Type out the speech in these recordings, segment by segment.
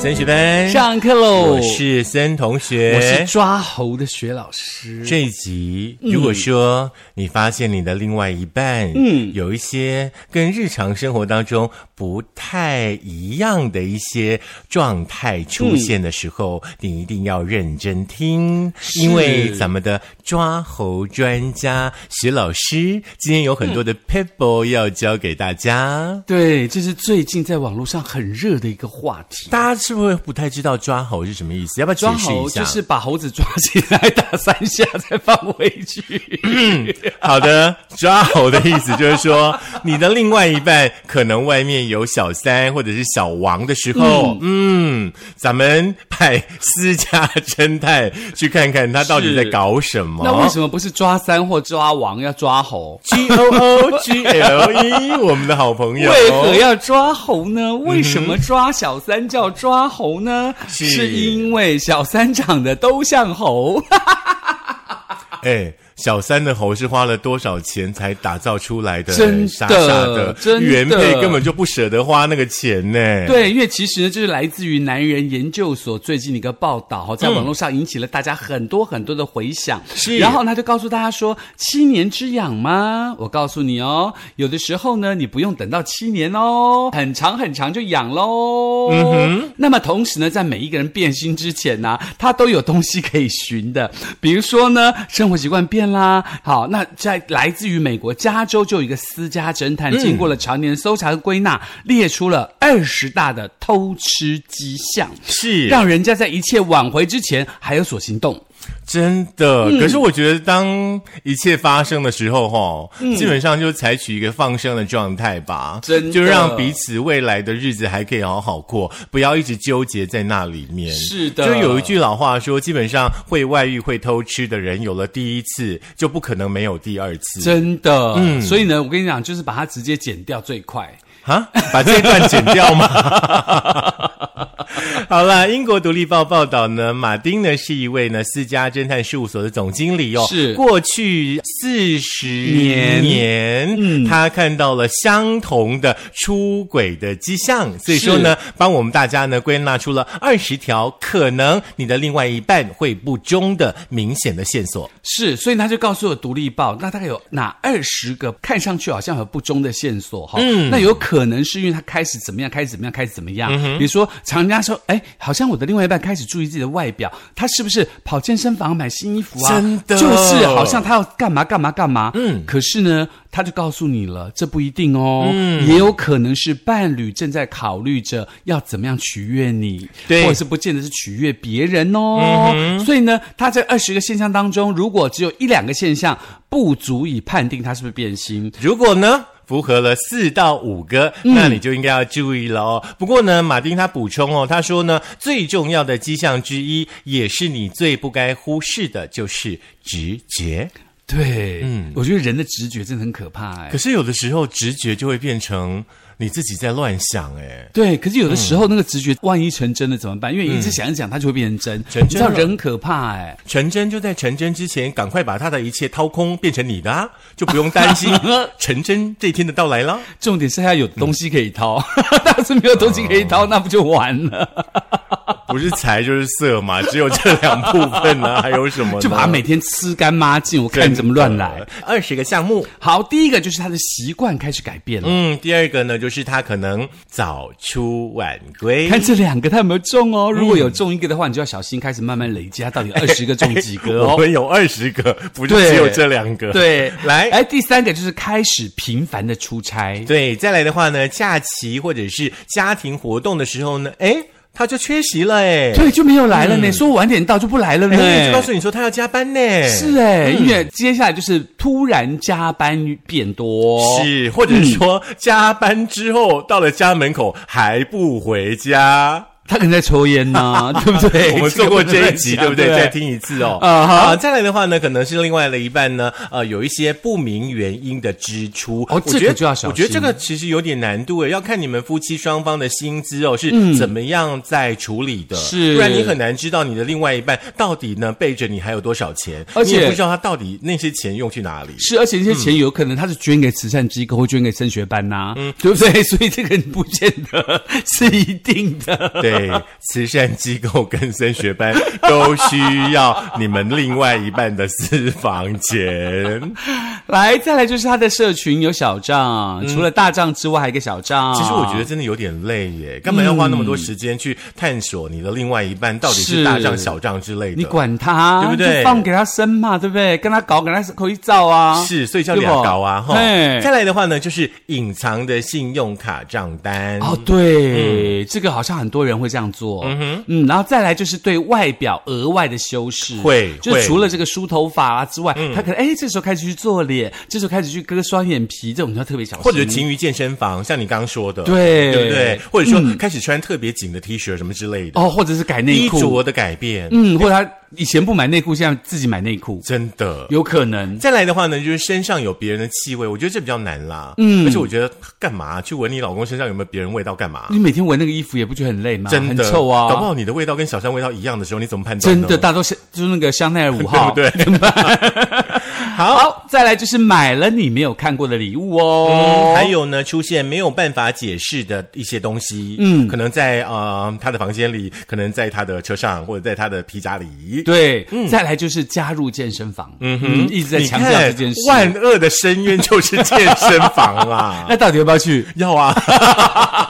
森学班，上课喽！我是森同学，我是抓猴的学老师。这一集，如果说你发现你的另外一半，嗯，有一些跟日常生活当中不太一样的一些状态出现的时候，你一定要认真听，嗯是因为咱们的抓猴专家徐老师今天有很嗯多的 people 要教给大家。对，这是最近在网络上很热的一个话题。大家是不是不太知道抓猴是什么意思？要不要解抓释一猴下？就是把猴子抓起来打三下再放回 去。好的，抓猴的意思就是说， 你的另外一半可能外面有小三或者是小王的时候，嗯咱们派私家侦探去看看他到底在搞什么。那为什么不是抓三或抓王，要抓猴？ G O O G L E，我 们的好朋友，为何要抓猴呢？嗯为什么抓小三叫抓猴呢？是是因为小三长得都像猴。哎，小三的猴是花了多少钱才打造出来的？真的傻傻的，真的原配根本就不舍得花那个钱呢。，对，因为其实呢，就是来自于男人研究所最近的一个报道哈，嗯在网络上引起了大家很多很多的回响。是然后呢，就告诉大家说，七年之痒吗？我告诉你哦，有的时候呢，你不用等到七年哦，很长很长就痒喽。嗯哼。那么同时呢，在每一个人变心之前呢、他都有东西可以寻的，比如说呢，生活习惯变啦。好，那在来自于美国加州就有一个私家侦探，经过了常年的搜查和归纳，列出了二十大的偷吃迹象，是让人家在一切挽回之前还有所行动。真的，嗯可是我觉得当一切发生的时候，哈、基本上就采取一个放生的状态吧，嗯真的就让彼此未来的日子还可以好好过，不要一直纠结在那里面。是的就有一句老话说，基本上会外遇、会偷吃的人，有了第一次就不可能没有第二次真的，所以呢，我跟你讲，就是把它直接剪掉最快。啊！把这一段剪掉吗？ 好啦，英国独立报报道呢，马丁呢是一位呢私家侦探事务所的总经理哦，是过去四十年嗯年，他看到了相同的出轨的迹象，所以是说呢，帮我们大家呢归纳出了二十条可能你的另外一半会不忠的明显的线索。是，所以他就告诉我《独立报》，那大概有哪二十个看上去好像很不忠的线索哈、嗯那有可能是因为他开始怎么样，开始怎么样，开始怎么样。比如说，常人家说，哎，好像我的另外一半开始注意自己的外表，他是不是跑健身房买新衣服啊？真的就是好像他要干嘛干嘛干嘛。嗯，可是呢，他就告诉你了，这不一定哦。嗯也有可能是伴侣正在考虑着要怎么样取悦你，对或者是不见得是取悦别人哦。嗯所以呢，他这二十个现象当中，如果只有一两个现象不足以判定他是不是变心，如果呢？符合了四到五个，那你就应该要注意了哦。不过呢，马丁他补充哦，他说呢，最重要的迹象之一，也是你最不该忽视的，就是直觉。对，嗯，我觉得人的直觉真的很可怕哎、可是有的时候，直觉就会变成你自己在乱想，哎，对，可是有的时候那个直觉万一成真了怎么办？因为一直想一想，它就会变成真。嗯成真你知道了人很可怕哎、成真就在成真之前，赶快把他的一切掏空，变成你的、啊，就不用担 心成真这一天的到来了。重点是他有东西可以掏， 但是没有东西可以掏，哦那不就完了？不是财就是色嘛，只有这两部分呢、还有什 么呢？就把它每天吃干抹净，我看你怎么乱来。二十个项目。好，第一个就是他的习惯开始改变了。嗯，第二个呢，就是他可能早出晚归。看这两个他有没有中嗯哦？如果有中一个的话，你就要小心，开始慢慢累积，他到底二十个中几 个我哦？们有二十个，不是对只有这两个。对， 来。哎，第三个就是开始频繁的出差。对，再来的话呢，假期或者是家庭活动的时候呢，哎，他就缺席了，哎，对，就没有来了呢。说晚点到就不来了哎，嗯呢，啊就告诉你说他要加班呢，是哎，因为接下来就是突然加班变多，是，嗯或者说加班之后到了家门口还不回家，他可能在抽 烟呐、对不对？我们做过这一集，这对个不对？不能再乱讲听一次哦。啊哈啊，再来的话呢，可能是另外的一半呢，呃，有一些不明原因的支出。哦我这觉个得就要小我觉得这心个其实有点难度诶，要看你们夫妻双方的薪资哦是怎么样在处理的，嗯是不然你很难知道你的另外一半到底呢背着你还有多少钱，而且你也不知道他到底那些钱用去哪 里。是，而且这些钱有可能他是捐给慈善机构，或捐给升学班呐、嗯对不对？所以这个不见得 是一定的。对，慈善机构跟升学班都需要你们另外一半的私房钱。 来，再来就是他的社群有小账，除了大账之外，还有一个小账。嗯其实我觉得。真的有点累耶，干嘛要花那么多时间去探索你的另外一半到底是是大账小账之类的？你管他，对不对就放给他生嘛，对不对？跟他搞，跟他口一照啊。是，所以叫对俩不搞啊哈。嘿再来的话呢，就是隐藏的信用卡账单。哦，嗯对，这个好像很多人会这样做。嗯哼，嗯，然后再来就是对外表额外的修饰，会就会嗯是除了这个梳头发啊之外，他可能哎，这时候开始去做脸，这时候开始去割双眼皮，这种就特别小心。或者勤于健身房，像你刚刚说的，对嗯对不对？或者说开始穿特别紧的 T 恤什么之类的，哦，或者是改内衣裤，着的改变，嗯，或者他以前不买内裤，现在自己买内裤，真的。有可能。再来的话呢，就是身上有别人的气味，我觉得这比较难啦。嗯，而且我觉得干嘛去闻你老公身上有没有别人味道干嘛？你每天闻那个衣服也不觉得很累吗？真的很臭啊，搞不好你的味道跟小山味道一样的时候，你怎么判断真呢？的，大家都是就是那个香奈儿五号， 对不对？好，再来就是买了你没有看过的礼物哦，嗯还有呢，出现没有办法解释的一些东西，嗯，可能在呃他的房间里，可能在他的车上，或者在他的皮夹里。对，嗯再来就是加入健身房，嗯哼，一直在你强看，调这件事。万恶的深渊就是健身房啦。 那到底要不要去？要 啊。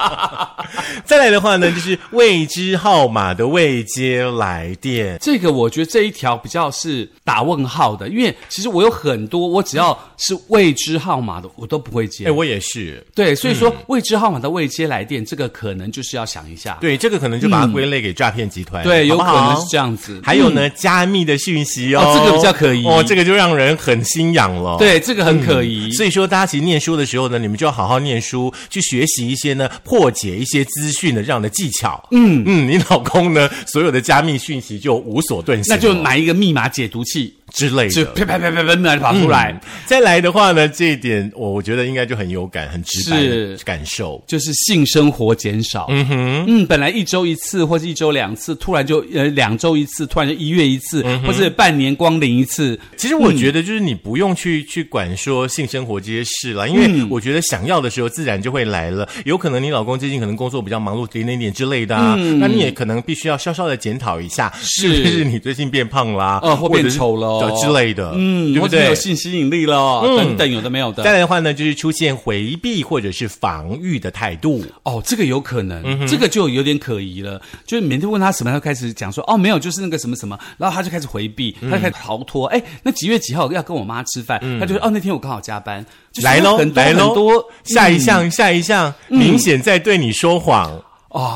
再来的话呢，就是未知号码的未接来电。这个我觉得这一条比较是打问号的，因为其实我有很多，我只要是未知号码的，我都不会接。哎，我嗯也是。对，所以说未知号码的未接来电，这个可能就是要想一下。对，这个可能就把它归类给诈骗集团，嗯对，有好可不好能是这样子。还有呢，加密的讯息哦嗯哦这个比较可疑哦，这个就让人很心痒了。嗯，。对，这个很可疑。所以说，大家其实念书的时候呢，你们就要好好念书，去学习一些呢破解一些资讯的这样的技巧。嗯嗯，你老公呢，所有的加密讯息就无所遁形了，那就买一个密码解读器，之类就的。嗯啪啪啪啪啪啪跑出来，再来的话呢，这一点我我觉得应该就很有感，很直白的是感受。就是性生活减少。嗯哼，嗯，本来一周一次或是一周两次，突然就呃两周一次，突然就一月一次，或是半年光临一次。其实我嗯觉得，就是你不用去、去管说性生活这些事啦，因为嗯我觉得想要的时候自然就会来了。有可能你老公最近可能工作比较忙碌，点点点之类的啊，那你也可能必须要稍稍的检讨一下，嗯是不是你最近变胖啦，呃或变者是丑了对之类的，嗯对或不者没对有？性吸引力了，等等，有的没有再的。来的话呢，就是出现回避或者是防御的态度。哦，这个有可能，这个就有点可疑了。就是每天问他什么，他就开始讲说哦没有，就是那个什么什么，然后他就开始回避，他就开始逃脱。哎，那几月几号要跟我妈吃饭？他就说哦那天我刚好加班，就是来喽很，多来很喽多，嗯下一项，下一项，明显在对你说谎。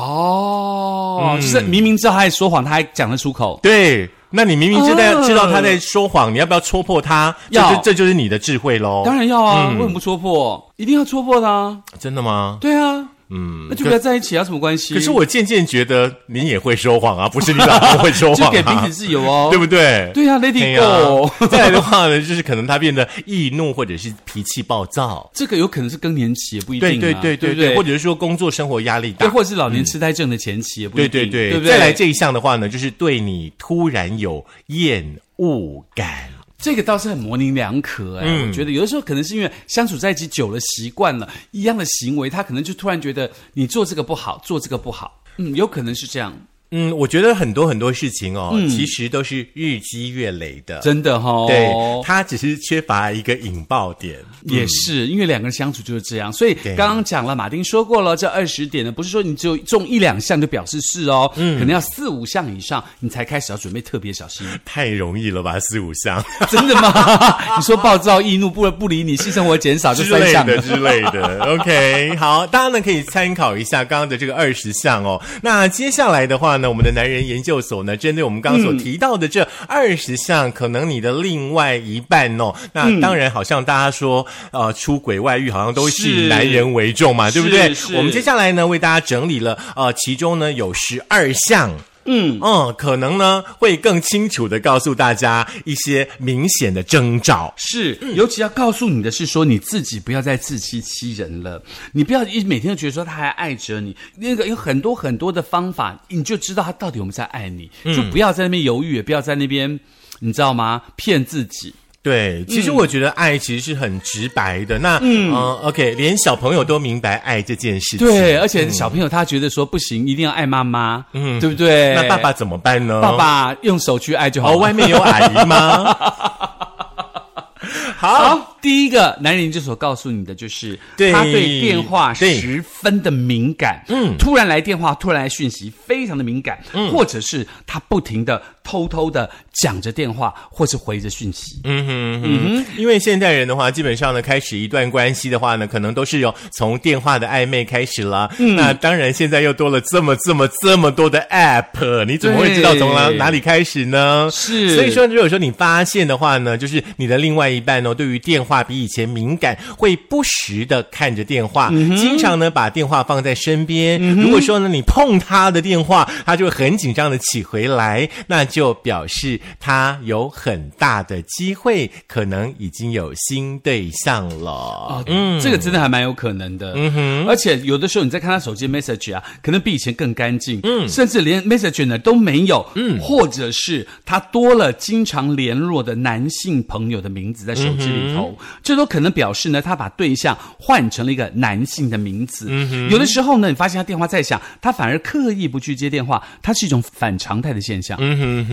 哦，就是嗯明明知道他在说谎，他还讲得出口。对，那你明明知道哦知道他在说谎，你要不要戳破他？这要就这就是你的智慧喽。当然要啊，嗯为什么不戳破？一定要戳破的啊！真的吗？对啊，哦嗯，那就不要在一起啊，什么关系？可是我渐渐觉得你也会说 谎啊，不是你老公会说就谎给彼啊此，自由哦， 对不对？对啊哎，Lady 呀 Go，再来的话呢，就是可能他变得易怒或者是脾气暴躁， 这个有可能是更年期，也不一定对啊，对对对对不对，或者是说工作生活压力对，大。或者是老年痴呆症的前期，也不一对定，对对，对不再来这一项的话呢，就是对你突然有厌恶感。这个倒是很模棱两可哎、嗯我觉得有的时候可能是因为相处在一起久了习惯了一样的行为，他可能就突然觉得你做这个不好，做这个不好，嗯，有可能是这样，嗯，我觉得很多很多事情哦，嗯其实都是日积月累的。真的哈、哦，对，它只是缺乏一个引爆点。也是，因为两个人相处就是这样，所以对刚刚讲了，马丁说过了，这二十点呢，不是说你只有中一两项就表示是哦，嗯可能要四五项以上，你才开始要准备特别小心。太容易了吧？四五项真的吗？ 你说暴躁、易怒、不不理你、性生活减少，就之三类项的了。之类的。OK，好，大家呢可以参考一下刚刚的这个二十项哦。那接下来的话呢，我们的男人研究所呢，针对我们刚刚所提到的这二十项，可能你的另外一半哦，那当然好像大家说，呃，出轨外遇好像都是以是男人为重嘛，对不对是？是我们接下来呢，为大家整理了，呃，其中呢有十二项。嗯嗯，可能呢会更清楚的告诉大家一些明显的征兆。是，嗯尤其要告诉你的是说，你自己不要再自欺欺人了。你不要一每天都觉得说他还爱着你，那个有很多很多的方法，你就知道他到底有没有在爱你，嗯就不要在那边犹豫，也不要在那边，你知道吗？骗自己。对，其实嗯我觉得爱其实是很直白的。那嗯、呃、，OK，连小朋友都明白爱这件事情。对，而且小朋友他觉得说不行，一定要爱妈妈，嗯，对不对？那爸爸怎么办呢？爸爸用手去爱就好哦，了。外面有阿姨 吗？好。好，第一个男人研究所告诉你的就是，对他对电话对十分的敏感，嗯，突然来电话，突然来讯息，非常的敏感，嗯或者是他不停的偷偷的讲着电话，或是回着讯息，嗯，因为现代人的话，基本上呢，开始一段关系的话呢，可能都是有从电话的暧昧开始啦。嗯那当然，现在又多了这么这么这么多的 App，你怎么会知道从哪对哪里开始呢？是所以说，如果说你发现的话呢，就是你的另外一半哦，对于电话比以前敏感，会不时的看着电话，经常呢把电话放在身边。如果说呢你碰他的电话，他就会很紧张的起回来，那就表示他有很大的机会，可能已经有新对象了。哦，嗯，这个真的还蛮有可能的，嗯哼，而且有的时候你在看他手机 message 啊，可能比以前更干净，嗯，甚至连 message 呢都没有，嗯，或者是他多了经常联络的男性朋友的名字在手机里头，这都可能表示呢他把对象换成了一个男性的名字，嗯哼，有的时候呢你发现他电话在响，他反而刻意不去接电话，它是一种反常态的现象，嗯，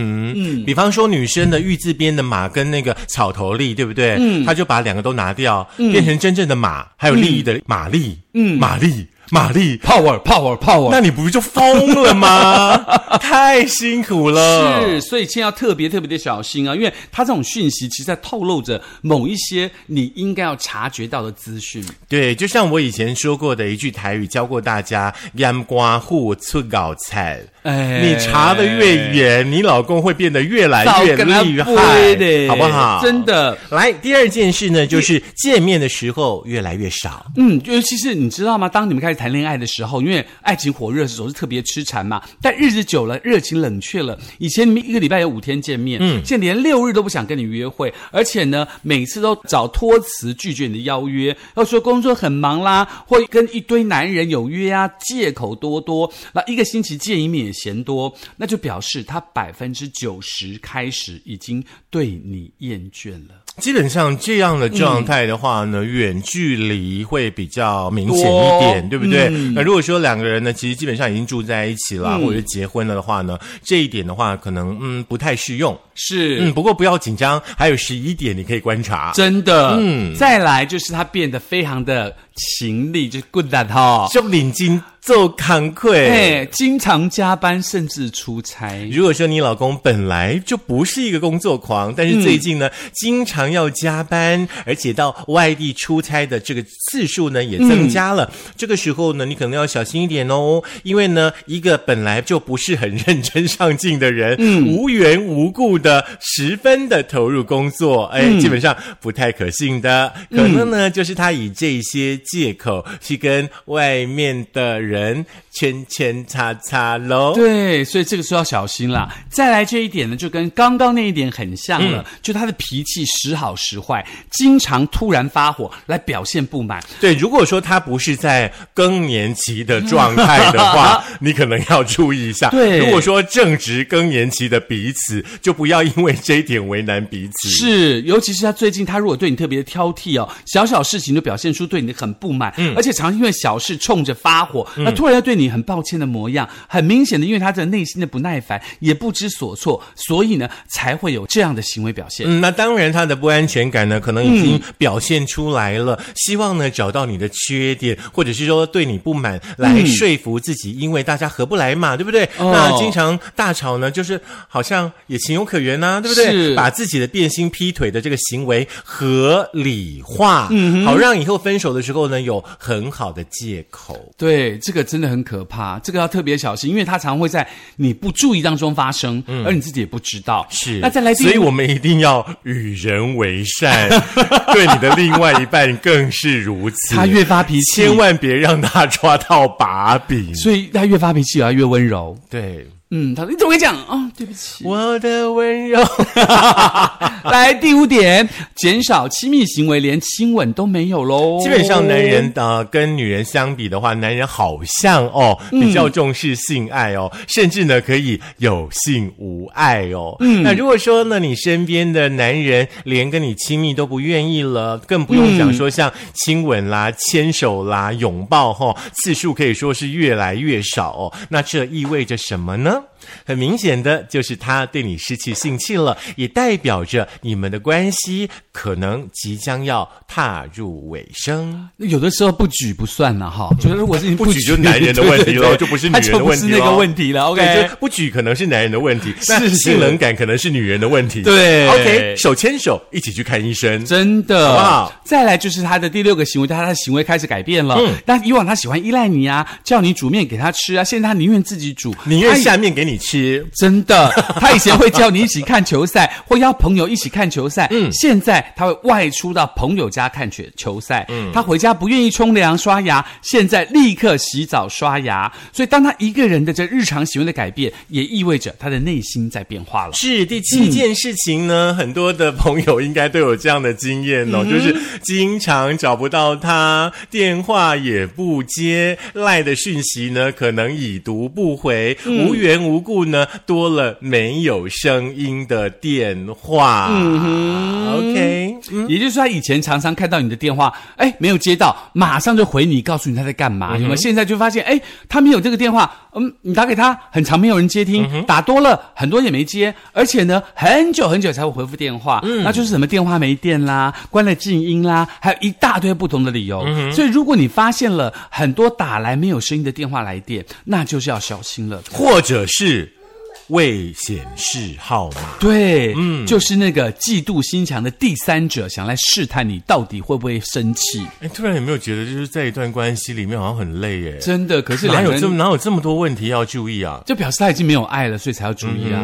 比方说女生的玉字边的马跟那个草头笠，对不对？嗯，他就把两个都拿掉，嗯变成真正的马，还有利益的马力，嗯，马力，马力。 power power power。那你不是就疯了 吗？太辛苦了。是，所以现在要特别特别的小心啊，因为它这种讯息其实在透露着某一些你应该要察觉到的资讯。对，就像我以前说过的一句台语，教过大家“烟瓜户出搞菜”，哎你查的越严，你老公会变得越来越厉早跟他害飞，嘞好不好？真。的。来，第二件事呢，就是见面的时候越来越少。嗯，尤其是你知道吗？当你们开始谈恋爱的时候，因为爱情火热的时候是特别痴缠嘛，但日子久了，热情冷却了。以前你们一个礼拜有五天见面，嗯，现在连六日都不想跟你约会，而且呢，每次都找托词拒绝你的邀约，要说工作很忙啦，或跟一堆男人有约啊，借口多多。那一个星期见一面也嫌多，那就表示他百分之九十开始已经对你厌倦了。基本上这样的状态的话呢，嗯远距离会比较明显一点，多对不对？嗯那如果说两个人呢，其实基本上已经住在一起了，或者结婚了的话呢，这一点的话，可能嗯不太适用。是，嗯，不过不要紧张，还有十一点你可以观察。 真的，嗯，再来就是他变得非常的勤力，就是 good at 哈，就领巾做扛愧。 哎，经常加班甚至出差，如果说你老公本来就不是一个工作狂，但是最近呢，经常要加班，而且到外地出差的这个次数呢也增加了。这个时候呢，你可能要小心一点哦，因为呢，一个本来就不是很认真上进的人，无缘无故的十分的投入工作，哎，基本上不太可信的。可能呢，就是他以这些借口去跟外面的人圈圈叉叉喽。对，所以这个时候要小心啦。再来这一点呢，就跟刚刚那一点很像了，就他的脾气时好时坏，经常突然发火来表现不满，对，如果说他不是在更年期的状态的话，你可能要注意一下。对如果说正值更年期的彼此，就不要因为这一点为难彼此。是，尤其是他最近，他如果对你特别挑剔哦，小小事情就表现出对你的很不满，而且常因为小事冲着发火，那突然要对你很抱歉的模样，很明显的，因为他的内心的不耐烦，也不知所措，所以呢，才会有这样的行为表现。嗯，那当然，他的不安全感呢，可能已经表现出来了。嗯希望呢找到你的缺点，或者是说对你不满，来说服自己，因为大家合不来嘛，对不对？哦那经常大吵呢，就是好像也情有可原呐、对不对？是把自己的变心、劈腿的这个行为合理化，嗯好让以后分手的时候呢有很好的借口。对，这个真的很可怕，这个要特别小心，因为它常会在你不注意当中发生，而你自己也不知道。是，那再来第所五，以我们一定要与人为善， 对你的另外一半更是如此。他越发脾气，千万别让他抓到把柄。所以他越发脾气，也要越温柔。对，嗯，他说你怎么会这样啊、对不起。我的温柔，来第五点，减少亲密行为，连亲吻都没有喽。基本上男嗯人呃跟女人相比的话，男人好像哦比较重视性爱哦，甚至呢可以有性无爱哦。嗯，那如果说呢你身边的男人连跟你亲密都不愿意了，更不用讲说像亲吻啦、牵手啦、拥抱哈、哦，次数可以说是越来越少哦。那这意味着什么呢？很明显的就是他对你失去兴趣了，也代表着你们的关系可能即将要踏入尾声。有的时候不举不算了哈，就是如果是你不举就男人的问题咯了，对对对就不是女他人的问题就不是那个咯问题了。对 OK，就不举可能是男人的问题，那是是性冷感可能是女人的问题。对，OK，手牵手一起去看医生。真的，好不好嗯再来就是他的第六个行为，他的行为开始改变了。那以往他喜欢依赖你啊，叫你煮面给他吃啊，现在他宁愿自己煮，宁愿他以下面给你吃，真 的，他以前会叫你一起看球赛， 或邀朋友一起看球赛。嗯，现在他会外出到朋友家看球球赛。嗯，他回家不愿意冲凉刷牙，现在立刻洗澡刷牙。所以，当他一个人的这日常行为的改变，也意味着他的内心在变化了。是第七件事情呢，很多的朋友应该都有这样的经验哦，就是经常找不到他，电话也不接，赖的讯息呢可能已读不回，无缘无故呢多了没有声音的电话。OK，嗯也就是说，他以前常常看到你的电话，哎，没有接到，马上就回你，告诉你他在干嘛。有没有？现在就发现，哎，他没有这个电话，嗯，你打给他，很长没有人接听，打多了很多也没接，而且呢，很久很久才会回复电话，那就是什么电话没电啦，关了静音啦，还有一大堆不同的理由。所以，如果你发现了很多打来没有声音的电话来电，那就是要小心了。或者是未显示号码。对，嗯，就是那个嫉妒心强的第三者想来试探你到底会不会生气。哎，突然有没有觉得，就是在一段关系里面好像很累耶？真的，可是哪两个有这么人哪有这么多问题要注意啊？就表示他已经没有爱了，所以才要注意啊，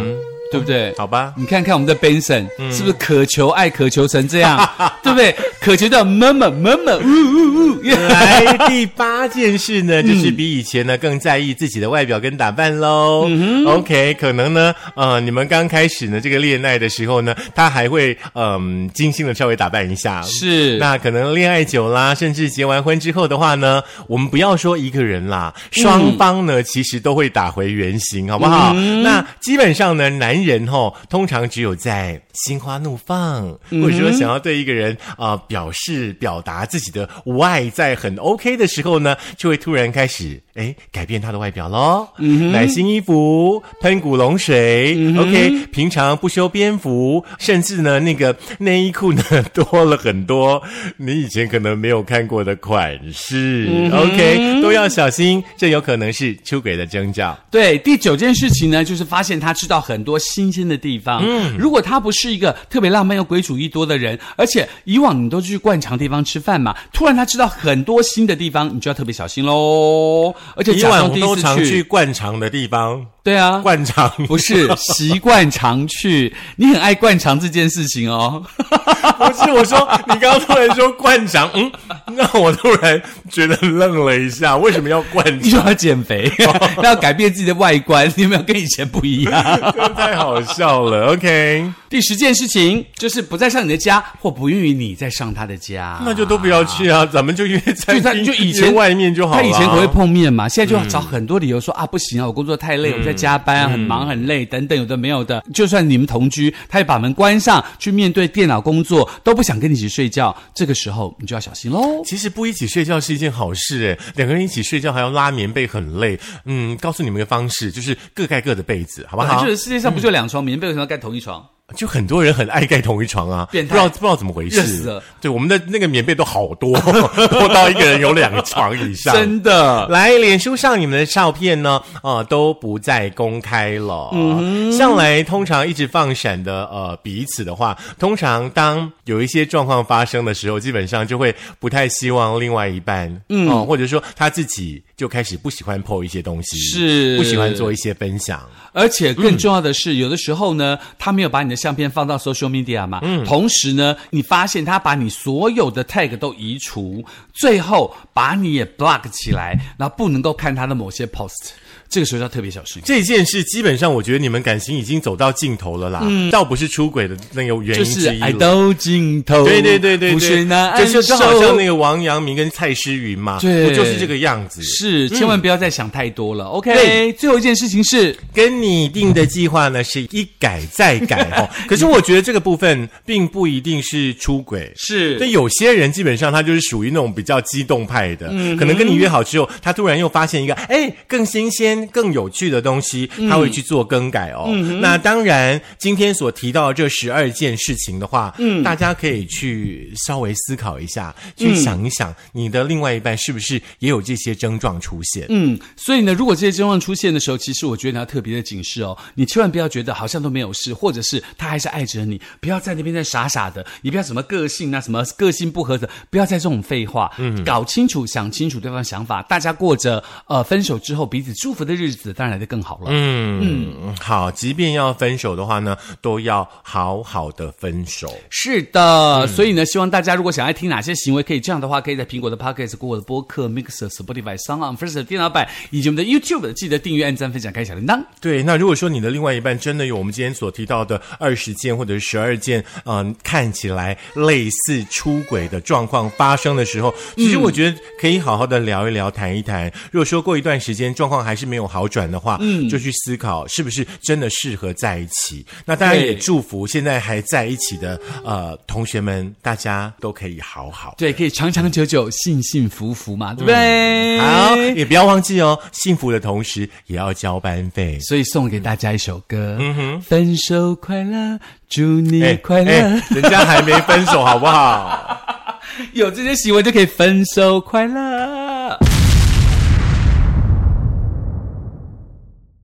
对不对？嗯好嗯吧。你看看我们的 Benson、是不是渴求爱渴求成 这样，对不对？渴求到妈妈妈妈，呜呜呜，嗯来，第八件事呢，就是比以前呢更在意自己的外表跟打扮喽。OK，可能呢，呃，你们刚开始呢这个恋爱的时候呢，他还会嗯、精心的稍微打扮一下。 是那可能恋爱久啦，甚至结完婚之后的话呢，我们不要说一个人啦，双方呢、其实都会打回原形，好不好？那基本上呢，男人吼、通常只有在心花怒放，或者说想要对一个人啊、呃表示表达自己的外在很 OK 的时候呢，就会突然开始哎改变他的外表喽，买新衣服，喷古龙水、o k 平常不修边幅，甚至呢那个内衣裤呢 多了很多你以前可能没有看过的款式、o k 都要小心，这有可能是出轨的征兆。对，第九件事情呢，就是发现他知道很多新鲜的地方。嗯，如果他不是一个特别浪漫又鬼主意多的人，而且以往你都去惯常地方吃饭嘛，突然他知道很多新的地方，你就要特别小心喽。而且以假往装我第都一常次去，灌肠的地方，对啊，灌肠。不是习惯常去，你很爱惯常这件事情哦。 不是我 说，你刚刚突然说灌肠，嗯，那我突然觉得愣了一下，为什么要灌你肠？ 说要减肥， 要改变自己的外观，你有没有跟以前不一样？ 真的太好笑了，OK，第十件事情就是不再上你的家，或不愿意你再上他的家。那就都不要去啊，咱们就约在就他就以前外面就好了。他以前可会碰面嘛，现在就要找很多理由说、啊，不行啊，我工作太嗯累，我在加班啊，很忙很累等等，有的没有的。就算你们同居，他也把门关上去面对电脑工作，都不想跟你一起睡觉。这个时候你就要小心喽。其实不一起睡觉是一件好事哎，两个人一起睡觉还要拉棉被，很累。嗯，告诉你们一个方式，就是各盖各的被子，好不本来好就？是世界上不就两床棉被，为什么要盖同一床？就很多人很爱盖同一床啊，变态不知道不知道怎么回事。热死了对，我们的那个棉被都好多， 多到一个人有 两个床以上。真的，来，脸书上你们的照片呢，呃，都不再公开了。嗯，向来通常一直放闪的呃彼此的话，通常当有一些状况发生的时候，基本上就会不太希望另外一半，嗯、或者说他自己就开始不喜欢 PO 一些东西，是不喜欢做一些分享。而且更重要的是，有的时候呢，他没有把你的相片放到 social media 嘛，嗯同时呢，你发现他把你所有的 tag 都移除，最后把你也 block 起来，然后不能够看他的某些 post，这个时候要特别小心。这件事基本上，我觉得你们感情已经走到尽头了啦，倒不是出轨的那个原因嗯就之一是了爱到尽头，啊对对对对哦不是难对，就是就好受像那个王阳明跟蔡诗芸嘛，对不就是这个样子？是，千万不要再想太多了。OK，嗯对最后一件事情是，跟你定的计划呢是一改再改 哦，可是我觉得这个部分并不一定是出轨。是对，有些人基本上他就是属于那种比较激动派的，可能跟你约好之后，他突然又发现一个哎更新鲜、更有趣的东西，他会去做更改哦。那当然，今天所提到的这十二件事情的话，嗯，大家可以去稍微思考一下，去想一想你的另外一半是不是也有这些症状出现。嗯，所以呢，如果这些症状出现的时候，其实我觉得你要特别的警示哦，你千万不要觉得好像都没有事，或者是他还是爱着你，不要在那边再傻傻的，也不要什么个性啊，什么个性不合的，不要再这种废话，嗯，搞清楚、想清楚对方的想法，大家过着呃分手之后彼此祝福的日子，当然来得更好了。嗯，好，即便要分手的话呢，都要好好的分手。是的，所以呢，希望大家如果想要听哪些行为可以这样的话，可以在苹果的 Podcast、Google 的播客、Mixer、Spotify、s o n g on、First 的电脑版以及我们的 YouTube，记得订阅、按赞、分享、开小铃铛。对，那如果说你的另外一半真的有我们今天所提到的二十件或者是十二件，嗯、看起来类似出轨的状况发生的时候，其实我觉得可以好好的聊一聊、谈一谈。如果说过一段时间状况还是没有好转的话，嗯，就去思考是不是真的适合在一起。那当然对也祝福现在还在一起的呃同学们，大家都可以好好。对，可以长长久久、幸幸福福嘛，对不对？嗯好，也不要忘记哦，幸福的同时也要交班费。所以送给大家一首歌，分手快乐，祝你嗯哎快乐。哎人家还没分手，好不好？有这些行为就可以分手快乐。